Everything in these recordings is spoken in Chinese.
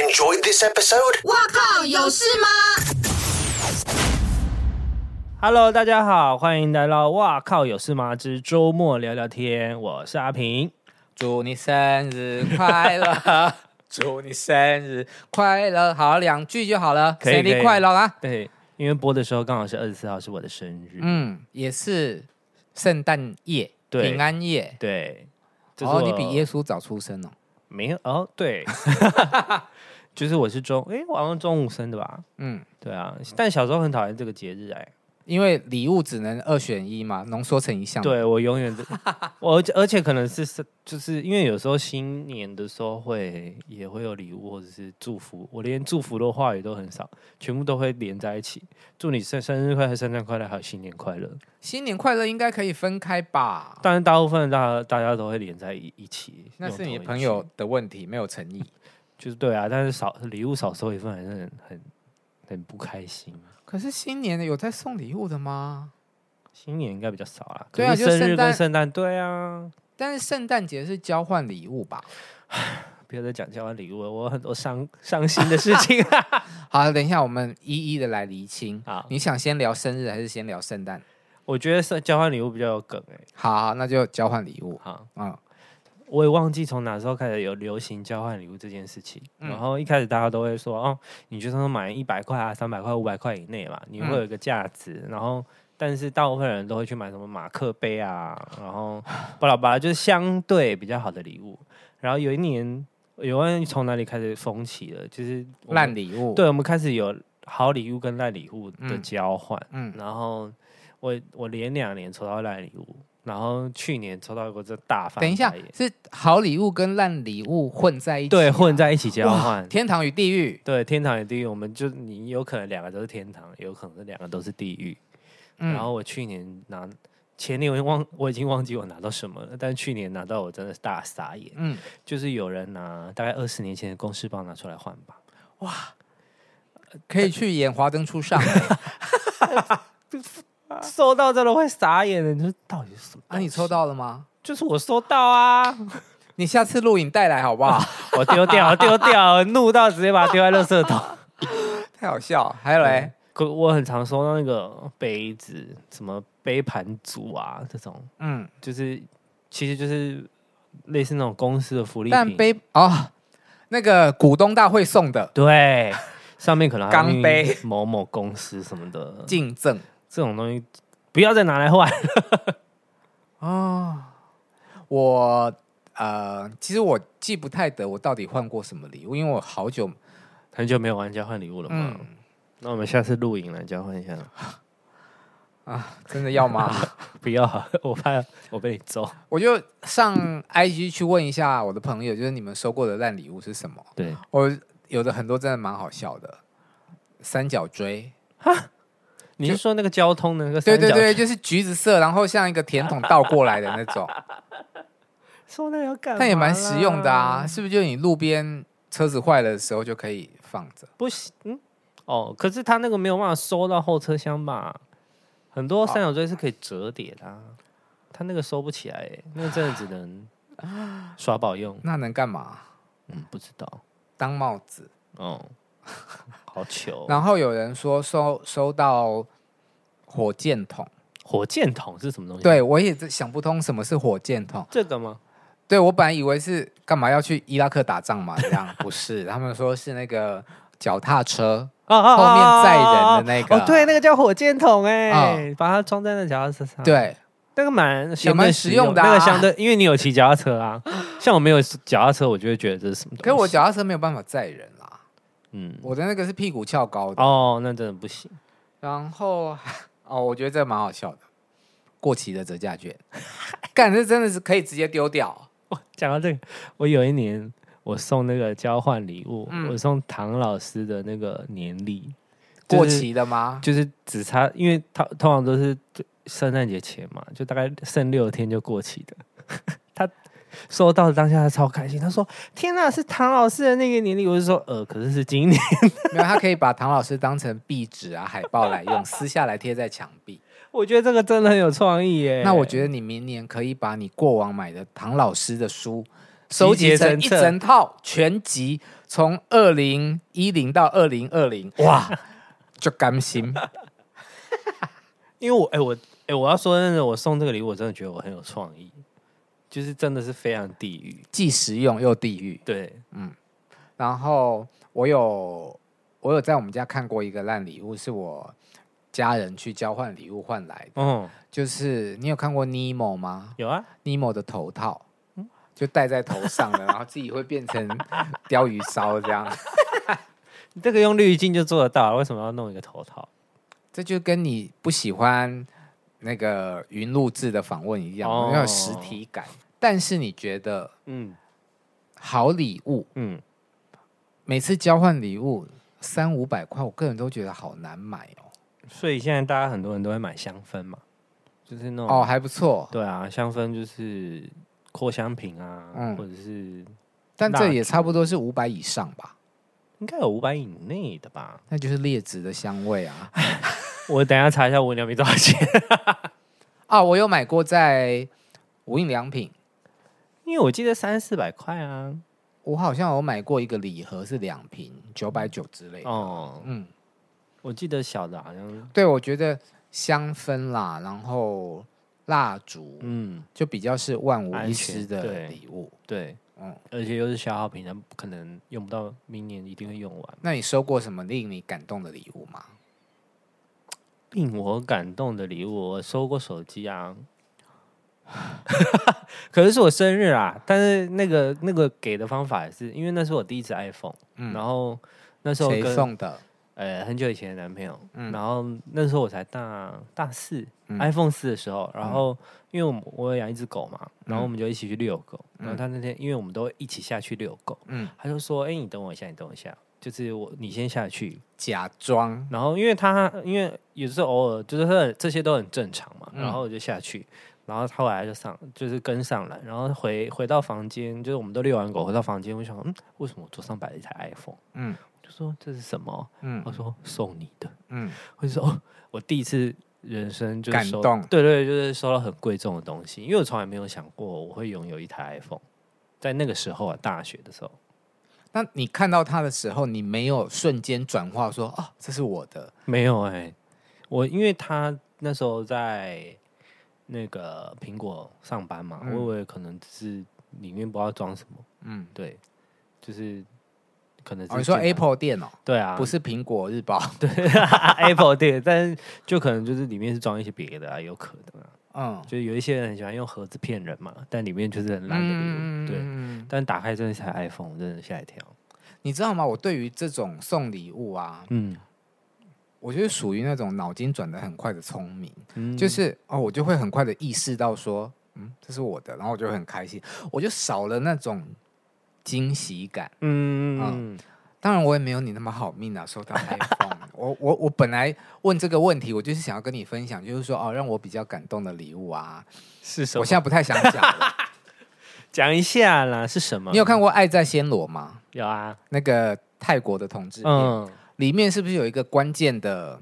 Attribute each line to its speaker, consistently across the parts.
Speaker 1: enjoyed this episode?
Speaker 2: 哇靠，有事吗？
Speaker 3: Hello，大家好，欢迎来到《哇靠有事吗》之周末聊聊天，我是阿平。
Speaker 4: 祝你生日 快乐，祝你生日快乐。好，两句就好了，
Speaker 3: 可以
Speaker 4: 生
Speaker 3: 可
Speaker 4: 日
Speaker 3: 以
Speaker 4: 快乐啊啦。
Speaker 3: 对，因为播的时候刚好是二十四号，是我的生日。
Speaker 4: 嗯，也是圣诞夜，
Speaker 3: 对
Speaker 4: 平安夜。
Speaker 3: 对，这是
Speaker 4: 哦，
Speaker 3: 我
Speaker 4: 你比耶稣早出生哦。
Speaker 3: 没有哦， 对，就是我是中，诶，我好像中午生的吧？
Speaker 4: 嗯，
Speaker 3: 对啊，但小时候很讨厌这个节日哎、
Speaker 4: 因为礼物只能二选一嘛，浓缩成一项。，
Speaker 3: 对我永 远都，我而且而且可能是是就是因为有时候新年的时候会也会有礼物或者是祝福，我连祝福的话语都很少，全部都会连在一起。祝你生生日快乐、圣诞快乐，还有新年快乐。
Speaker 4: 新年快乐应该可以分开吧？
Speaker 3: 当然，大部分大大家都会连在一一起。
Speaker 4: 那
Speaker 3: 用
Speaker 4: 是你
Speaker 3: 同一
Speaker 4: 朋
Speaker 3: 句
Speaker 4: 友的问题，没有 诚意。
Speaker 3: 就是对啊，但是少礼物少收一份还是很很很不开心。
Speaker 4: 可是新年有在送礼物的吗？
Speaker 3: 新年应该比较少啦，可
Speaker 4: 对啊
Speaker 3: 是
Speaker 4: 就
Speaker 3: 生
Speaker 4: 圣
Speaker 3: 日跟
Speaker 4: 诞
Speaker 3: 圣诞，对啊，
Speaker 4: 但是圣诞节是交换礼物吧？
Speaker 3: 不要再讲交换礼物了，我有很多伤伤心的事情。
Speaker 4: 好，等一下我们一一的来厘清。
Speaker 3: 好
Speaker 4: 你想先聊生日还是先聊圣诞？
Speaker 3: 我觉得是交换礼物比较有梗哎、
Speaker 4: 好好，那就交换礼物
Speaker 3: 好，
Speaker 4: 啊、
Speaker 3: 我也忘记从哪时候开始有流行交换礼物这件事情。
Speaker 4: 嗯
Speaker 3: 然后一开始大家都会说，哦，你就算买一百块啊、三百块、五百块以内嘛，你会有一个价值。然后，但是大部分人都会去买什么马克杯 啊，然后巴拉巴拉，就是相对比较好的礼物。然后有一年，有问从哪里开始风起的，就是我们
Speaker 4: 烂礼物。，
Speaker 3: 对，我们开始有好礼物跟烂礼物的
Speaker 4: 嗯
Speaker 3: 交换。
Speaker 4: 嗯
Speaker 3: 然后我我连两年抽到烂礼物，然后去年抽到过这大翻白
Speaker 4: 等一
Speaker 3: 眼。
Speaker 4: 下是好礼物跟烂礼物混在一起啊、
Speaker 3: 对，混在一起交
Speaker 4: 哇
Speaker 3: 换。
Speaker 4: 天堂与地狱。
Speaker 3: 对，天堂与地狱，我们就你有可能两个都是天堂，有可能两个都是地狱。
Speaker 4: 嗯，
Speaker 3: 然后我去年拿，前年我已经忘我已经忘记我拿到什么了，但去年拿到我真的是大傻眼，
Speaker 4: 嗯，
Speaker 3: 就是有人拿大概二十年前的公事包拿出来换吧，
Speaker 4: 可以去演《华灯 初上》
Speaker 3: 收到真的会傻眼的，你说到底是什么？
Speaker 4: 啊？你抽？到了吗？
Speaker 3: 就是我收到啊。
Speaker 4: 你下次录影带来好 不好？
Speaker 3: 我丢掉，丢掉，怒到直接把它丢在垃圾桶。
Speaker 4: 太好笑了。还有嘞，
Speaker 3: 可我很常收到那个杯子，什么杯盘组啊，这种
Speaker 4: 嗯，
Speaker 3: 就是其实就是类似那种公司的福利
Speaker 4: 但
Speaker 3: 品，
Speaker 4: 杯哦，那个股东大会送的
Speaker 3: 对，上面可能还
Speaker 4: 钢
Speaker 3: 印
Speaker 4: 杯
Speaker 3: 某某公司什么的，
Speaker 4: 敬赠
Speaker 3: 这种东西不要再拿来换。
Speaker 4: 哦，我呃，其实我记不太得我到底换过什么礼物，因为我好久
Speaker 3: 很久没有玩交换礼物了嘛，
Speaker 4: 嗯
Speaker 3: 那我们下次录影来交换一下，
Speaker 4: 啊，真 的要 吗？
Speaker 3: 不要，啊 我怕我被你揍。
Speaker 4: 我就上 IG 去问一下我的朋友，就是你们收过的烂礼物是什么？
Speaker 3: 对，
Speaker 4: 我有的很多真的蛮好笑的，三角锥，
Speaker 3: 你是说那个交通的那个
Speaker 4: 对
Speaker 3: 三角
Speaker 4: 对对，就是橘子色，然后像一个甜筒倒过来的那 种，
Speaker 3: 说那个要干嘛啦？
Speaker 4: 但也蛮实用的啊，是不是？就你路边车子坏了的时候就可以放着。
Speaker 3: 不行，嗯，哦，可是他那个没有办法收到后车厢吧？很
Speaker 4: 啊
Speaker 3: 多三角锥是可以折叠的、啊，他那个收不起来、欸，那个真的只能
Speaker 4: 啊
Speaker 3: 耍宝用。
Speaker 4: 那能干嘛？
Speaker 3: 嗯，不知道，
Speaker 4: 当帽子。
Speaker 3: 哦，好糗哦。
Speaker 4: 然后有人说收收到火箭筒，
Speaker 3: 火箭筒是什么东西？，
Speaker 4: 对我也在想不通什么是火箭筒。
Speaker 3: 这个吗？
Speaker 4: 对我本来以为是干嘛要去伊拉克打仗嘛，这样 不是？他们说是那个脚踏车，
Speaker 3: 啊啊
Speaker 4: 后面载人的那个
Speaker 3: 哦，对，那个叫火箭筒、欸，哎、
Speaker 4: 啊
Speaker 3: 把它装在那脚踏车上。，
Speaker 4: 嗯对，
Speaker 3: 那个蛮相对
Speaker 4: 蛮实用的
Speaker 3: 那个
Speaker 4: 啊
Speaker 3: 相对，因为你有骑脚踏车啊，像我没有脚踏车，我就会觉得这是什么东西。
Speaker 4: 可是我脚踏车没有办法载人啦，
Speaker 3: 嗯，
Speaker 4: 我的那个是屁股翘高的。
Speaker 3: 哦，那真的不行。
Speaker 4: 然后 哦，我觉得这蛮好笑的，过期的折 价券，干这真的是可以直接丢掉。
Speaker 3: 讲到这个，我有一年我送那个交换礼物，
Speaker 4: 嗯
Speaker 3: 我送唐老师的那个年历，就是
Speaker 4: 过期的吗？
Speaker 3: 就是只差，因为他通常都是圣诞节前嘛，就大概剩六天就过期的。 他收到当下他超开心，他说：“天哪，是唐老师的那个年历。”我就说：“呃，可是是今年。
Speaker 4: 没有，他可以把唐老师当成壁纸啊、海报来用，撕下来贴在墙壁。”
Speaker 3: 我觉得这个真的很有创意耶。
Speaker 4: 那我觉得你明年可以把你过往买的唐老师的书
Speaker 3: 集
Speaker 4: 收
Speaker 3: 结
Speaker 4: 集
Speaker 3: 成
Speaker 4: 成一
Speaker 3: 册
Speaker 4: 整套全集，从二零一零到二零二零，哇， 就甘心。
Speaker 3: 因为我哎、我哎、我要说真的，我送这个礼物，我真的觉得我很有创意，就是真的是非常地狱。
Speaker 4: 既实用又地狱。
Speaker 3: 对，
Speaker 4: 然后我有我有在我们家看过一个烂礼物，是我家人去交换礼物换来的。
Speaker 3: 哦，
Speaker 4: 就是你有看过 Nemo 吗
Speaker 3: 有啊，
Speaker 4: ？Nemo 的头套，就戴在头上的，然后自己会变成鲷鱼烧这样。
Speaker 3: 你这个用滤镜就做得到，为什么要弄一个头套？
Speaker 4: 这就跟你不喜欢那个云录制的访问一样，
Speaker 3: 哦
Speaker 4: 要有实体感。但是你觉得
Speaker 3: 嗯
Speaker 4: 好礼物，
Speaker 3: 嗯，
Speaker 4: 每次交换礼物三五百块，我个人都觉得好难买哦。
Speaker 3: 所以现在大家很多人都会买香氛嘛，就是那种
Speaker 4: 哦，还不错，
Speaker 3: 嗯对啊，香氛就是扩香瓶啊，
Speaker 4: 嗯
Speaker 3: 或者是
Speaker 4: 但
Speaker 3: 蜡
Speaker 4: 这也差不多是五百以上吧。
Speaker 3: 应该有五百以内的吧。
Speaker 4: 那就是劣质的香味啊！
Speaker 3: 我等一下查一下我两米多少钱，
Speaker 4: 啊，我有买过在无印良品，
Speaker 3: 因为我记得三四百块啊。
Speaker 4: 我好像有买过一个礼盒是两瓶九百九之类的。
Speaker 3: 哦，
Speaker 4: 嗯，
Speaker 3: 我记得小的好像，
Speaker 4: 对，我觉得香氛啦，然后蜡烛，
Speaker 3: 嗯，
Speaker 4: 就比较是万无
Speaker 3: 安
Speaker 4: 一
Speaker 3: 全
Speaker 4: 失的
Speaker 3: 对
Speaker 4: 礼物。
Speaker 3: 对，
Speaker 4: 嗯，
Speaker 3: 而且又是消耗品，它可能用不到，明年一定会用完。
Speaker 4: 那你收过什么令你感动的礼物吗？
Speaker 3: 令我感动的礼物，我收过手机啊， 可是是我生日啊，但是那个那个给的方法也是，因为那是我第一次 iPhone，、然后那时候
Speaker 4: 嗯谁
Speaker 3: 跟
Speaker 4: 送的？
Speaker 3: 呃很久以前的男朋友，然后那时候我才大大四、
Speaker 4: 嗯
Speaker 3: i p h o n e 四的时候，然后因为我们我有养一只狗嘛，然
Speaker 4: 嗯
Speaker 3: 后我们就一起去遛狗，然后他那天因为我们都一起下去遛狗，
Speaker 4: 嗯
Speaker 3: 他就说，哎、你等我一下，你等我一下，就是我你先下去，
Speaker 4: 假装
Speaker 3: 然后因为他因为也是偶尔就是他这些都很正常嘛，
Speaker 4: 嗯
Speaker 3: 然后我就下去，然后他后来就上就是跟上来，然后回回到房间，就是我们都遛完狗回到房间，我想嗯，为什么我桌上摆了一台 iPhone？
Speaker 4: 嗯
Speaker 3: 我就说这是什么？
Speaker 4: 嗯
Speaker 3: 他说送你的，
Speaker 4: 嗯，
Speaker 3: 我就说哦，我第一次人生就是
Speaker 4: 感
Speaker 3: 收，
Speaker 4: 动
Speaker 3: 对对，就是收到很贵重的东西，因为我从来没有想过我会拥有一台 iPhone，在那个时候啊，大学的时候，
Speaker 4: 那你看到他的时候，你没有瞬间转化说哦，这是我的，
Speaker 3: 没有哎、我因为他那时候在那个苹果上班嘛，
Speaker 4: 嗯
Speaker 3: 我以为可能只是里面不知道装什么，
Speaker 4: 嗯，
Speaker 3: 对，就是可能是、
Speaker 4: 哦，你说 Apple 店哦，
Speaker 3: 对啊，
Speaker 4: 不是苹果日报，
Speaker 3: Apple 对，但是就可能就是里面是装一些别的啊，有可能啊，
Speaker 4: 嗯，
Speaker 3: 就是有一些人很喜欢用盒子骗人嘛，但里面就是很烂的礼物，
Speaker 4: 嗯
Speaker 3: 对，
Speaker 4: 对。
Speaker 3: 但打开真的是台 iPhone，我真的吓一跳，
Speaker 4: 你知道吗？我对于这种送礼物啊，
Speaker 3: 嗯，
Speaker 4: 我就是属于那种脑筋转得很快的聪明，
Speaker 3: 嗯
Speaker 4: 就是哦，我就会很快的意识到说，嗯，这是我的，然后我就会很开心，我就少了那种惊喜感。
Speaker 3: 嗯
Speaker 4: 啊
Speaker 3: 嗯
Speaker 4: 当然，我也没有你那么好命啊，收到 iPhone。我我我本来问这个问题，我就是想要跟你分享，就是说哦，让我比较感动的礼物啊，
Speaker 3: 是什
Speaker 4: 我
Speaker 3: 么？
Speaker 4: 现在不太想讲了。
Speaker 3: 讲一下啦，是什么？
Speaker 4: 你有看过《爱在暹罗》吗？
Speaker 3: 有啊，
Speaker 4: 那个泰国的同志片，
Speaker 3: 嗯，
Speaker 4: 里面是不是有一个关键的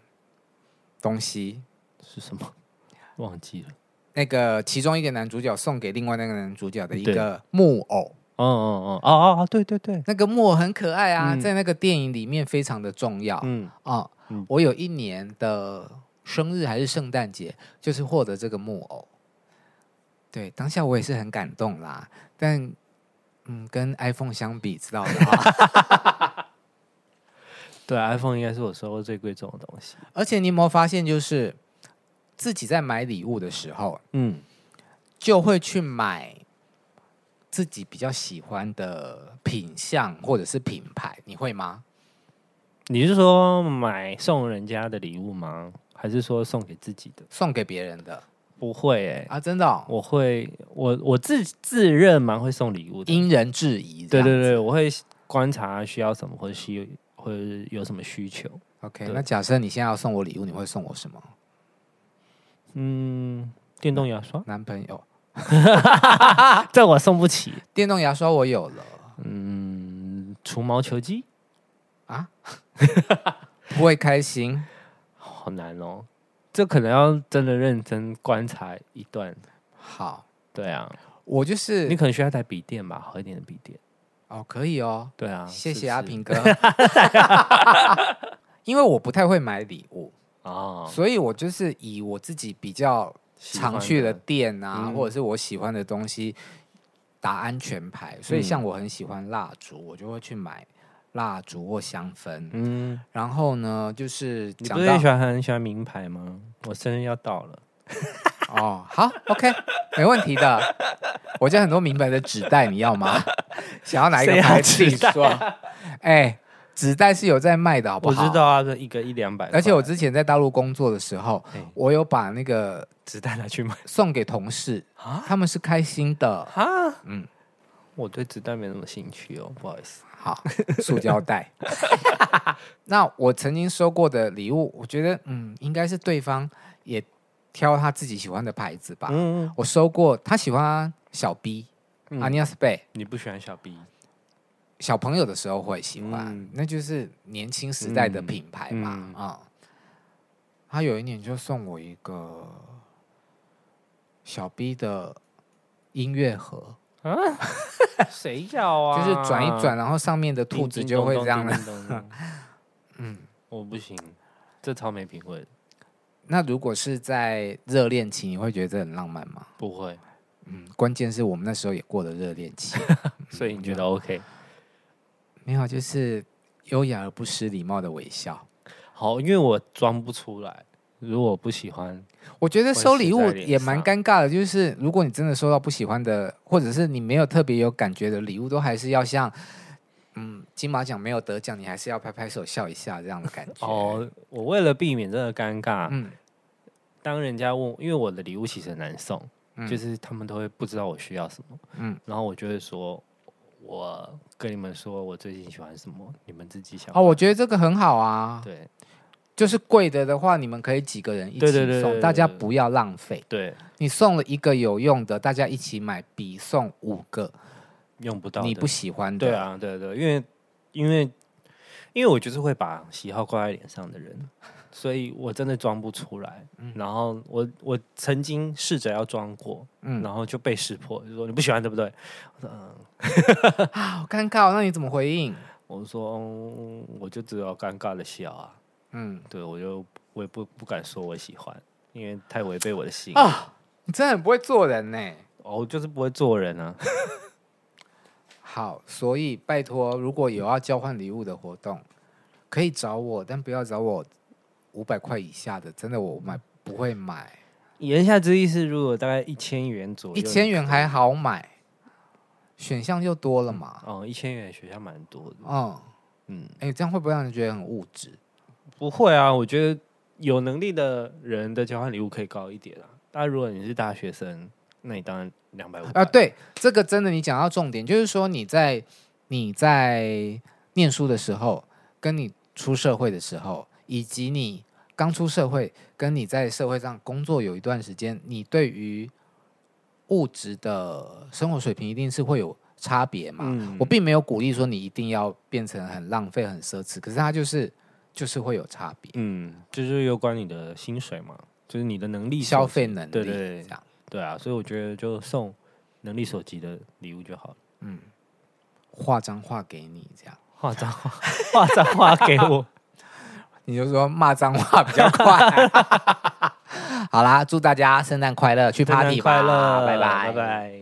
Speaker 4: 东西？
Speaker 3: 是什么？ 忘记了。
Speaker 4: 那个其中一个男主角送给另外那个男主角的一
Speaker 3: 对
Speaker 4: 个木偶，
Speaker 3: 哦哦哦哦哦，对对对，
Speaker 4: 那个木偶很可爱啊，
Speaker 3: 嗯
Speaker 4: 在那个电影里面非常的重要啊、
Speaker 3: 嗯，
Speaker 4: 哦
Speaker 3: 嗯
Speaker 4: 我有一年的生日还是圣诞节，就是获得这个木偶。对，当下我也是很感动啦，但嗯，跟 iPhone 相比，知道吧？
Speaker 3: 对，iPhone 应该是我收过最贵重的东西。
Speaker 4: 而且你有没有发现，就是自己在买礼物的时候，
Speaker 3: 嗯，
Speaker 4: 就会去买自己比较喜欢的品相或者是品牌，你会吗？
Speaker 3: 你是说买送人家的礼物吗？还是说送给自己的？
Speaker 4: 送给别人的
Speaker 3: 不会欸诶、
Speaker 4: 啊，真的、哦，
Speaker 3: 我会，我我自自认蛮会送礼物的。
Speaker 4: 因人制宜
Speaker 3: 对
Speaker 4: 这样子。
Speaker 3: 对对，我会观察需要什么，或者需或者是有什么需求。
Speaker 4: ，OK
Speaker 3: 对
Speaker 4: 那假设你现在要送我礼物，你会送我什么？
Speaker 3: 嗯，电动牙刷，
Speaker 4: 男朋友，
Speaker 3: 啊这我送不起。
Speaker 4: 电动牙刷我有了
Speaker 3: 嗯，除毛球机
Speaker 4: 啊，不会开心。
Speaker 3: 好难哦，这可能要真的认真观察一段。
Speaker 4: 好，
Speaker 3: 对啊，
Speaker 4: 我就是
Speaker 3: 你可能需要一台笔电吧，好一点的笔电。
Speaker 4: 哦，可以哦，
Speaker 3: 对啊，
Speaker 4: 谢
Speaker 3: 是
Speaker 4: 谢阿
Speaker 3: 不是
Speaker 4: 平哥。因为我不太会买礼物，
Speaker 3: 哦，
Speaker 4: 所以我就是以我自己比较
Speaker 3: 喜
Speaker 4: 常
Speaker 3: 欢
Speaker 4: 去的
Speaker 3: 的
Speaker 4: 店啊，
Speaker 3: 嗯
Speaker 4: 或者是我喜欢的东西打安全牌。所
Speaker 3: 嗯
Speaker 4: 以像我很喜欢蜡烛，我就会去买蜡烛或香氛。
Speaker 3: 嗯，
Speaker 4: 然后呢，就是
Speaker 3: 你
Speaker 4: 讲
Speaker 3: 不是也喜
Speaker 4: 到
Speaker 3: 欢很喜欢名牌吗？我生日要到了，
Speaker 4: 哦，好，OK，没问题的。我家很多名牌的纸袋，你要吗？想要哪一
Speaker 3: 谁
Speaker 4: 个
Speaker 3: 要
Speaker 4: 牌子？
Speaker 3: 纸
Speaker 4: 你说，哎，纸袋是有在卖的，好不
Speaker 3: 我知
Speaker 4: 好？
Speaker 3: 道啊，这一个一两百块，
Speaker 4: 而且我之前在大陆工作的时候，
Speaker 3: 哎
Speaker 4: 我有把那个
Speaker 3: 只带拿 去买
Speaker 4: 送给同事，
Speaker 3: 啊
Speaker 4: 他们是开心的。
Speaker 3: 啊，
Speaker 4: 嗯
Speaker 3: 嗯，我对纸袋没什么兴趣哦，不好意思，
Speaker 4: 好，塑胶袋。 那我曾经收过的礼物，我觉得嗯，应该是对方也挑他自己喜欢的牌子吧。
Speaker 3: 嗯，
Speaker 4: 我收过他喜欢小 B、
Speaker 3: 嗯
Speaker 4: 阿尼亚斯贝，
Speaker 3: 你不喜欢小 B，
Speaker 4: 小朋友的时候会喜欢，
Speaker 3: 嗯
Speaker 4: 那就是年轻时代的
Speaker 3: 嗯
Speaker 4: 品牌嘛
Speaker 3: 嗯
Speaker 4: 啊、他有一年就送我一个小 B 的音乐盒，
Speaker 3: 谁要啊？
Speaker 4: 就是转一转，然后上面的兔子就会这样 的。
Speaker 3: 的。嗯，我不行，这超没品味的，
Speaker 4: 那如果是在热恋期，你会觉得这很浪漫吗？
Speaker 3: 不会，
Speaker 4: 嗯，关键是我们那时候也过了热 恋期，
Speaker 3: 所以你觉得 OK？
Speaker 4: 没有，啊就是优雅而不失礼貌的微笑。
Speaker 3: 好，因为我装不出来，如果我不喜欢，
Speaker 4: 我觉得
Speaker 3: 会
Speaker 4: 收
Speaker 3: 写
Speaker 4: 礼
Speaker 3: 在
Speaker 4: 物
Speaker 3: 脸
Speaker 4: 也蛮
Speaker 3: 上
Speaker 4: 尴尬的，就是如果你真的收到不喜欢的，或者是你没有特别有感觉的礼物，都还是要像，嗯，金马奖没有得奖，你还是要拍拍手笑一下这样的感觉。
Speaker 3: 哦，我为了避免这个尴尬，
Speaker 4: 嗯，
Speaker 3: 当人家问，因为我的礼物其实很难送，
Speaker 4: 嗯，
Speaker 3: 就是他们都会不知道我需要什么，
Speaker 4: 嗯
Speaker 3: 嗯，然后我就会说，我跟你们说我最近喜欢什么，你们自己想
Speaker 4: 哦，我觉得这个很好啊，
Speaker 3: 对
Speaker 4: 就是贵的的话，你们可以几个人一起
Speaker 3: 对
Speaker 4: 送，
Speaker 3: 对对对对
Speaker 4: 大家
Speaker 3: 对
Speaker 4: 不要浪费。
Speaker 3: 对，
Speaker 4: 你送了一个有用的，大家一起买，比送五个
Speaker 3: 用不到
Speaker 4: 你
Speaker 3: 的
Speaker 4: 不喜欢的。
Speaker 3: 对，啊，对对，因为因为因为我就是会把喜好挂在脸上的 人，所以我真的装不出来。然后我我曾经试着要装过，
Speaker 4: 嗯，
Speaker 3: 然后就被识破，就说你不喜欢对不对？
Speaker 4: 好尴尬、哦，那你怎么回应？
Speaker 3: 我说、嗯我就只有尴尬的笑啊，
Speaker 4: 嗯，
Speaker 3: 对我就我也不不敢说我喜欢，因为太违背我的心。
Speaker 4: 啊你真的很不会做人呢、
Speaker 3: 哦，我就是不会做人啊。
Speaker 4: 好，所以拜托，如果有要交换礼物的活动，可以找我，但不要找我五百块以下的，真的我买不会买，
Speaker 3: 言下之意是，如果大概一千元左右，
Speaker 4: 一千元还好买，选项就多了嘛。
Speaker 3: 哦，一千元学校蛮多的，
Speaker 4: 嗯，
Speaker 3: 嗯。
Speaker 4: 哎、这样会不会让人觉得很物质？
Speaker 3: 不会啊，我觉得有能力的人的交换礼物可以高一点啊。但如果你是大学生，那你当然两百五
Speaker 4: 啊，，对，这个真的你讲到重点，就是说你在你在念书的时候，跟你出社会的时候，以及你刚出社会跟你在社会上工作有一段时间，你对于物质的生活水平一定是会有差别嘛。
Speaker 3: 嗯
Speaker 4: 我并没有鼓励说你一定要变成很浪费、很奢侈，可是它就是就是会有差别，
Speaker 3: 嗯，就是有关你的薪水嘛，就是你的能力所
Speaker 4: 消费能力
Speaker 3: 对对
Speaker 4: 这样。
Speaker 3: 对啊，所以我觉得就送能力所及的礼物就好了。
Speaker 4: 嗯画张画给你这样。
Speaker 3: 画脏话，画脏话给我。
Speaker 4: 你就说骂脏话比较快。 好啦，祝大家圣诞快乐，去
Speaker 3: 圣诞
Speaker 4: party
Speaker 3: 快
Speaker 4: 吧，
Speaker 3: 乐，
Speaker 4: 拜
Speaker 3: 拜拜。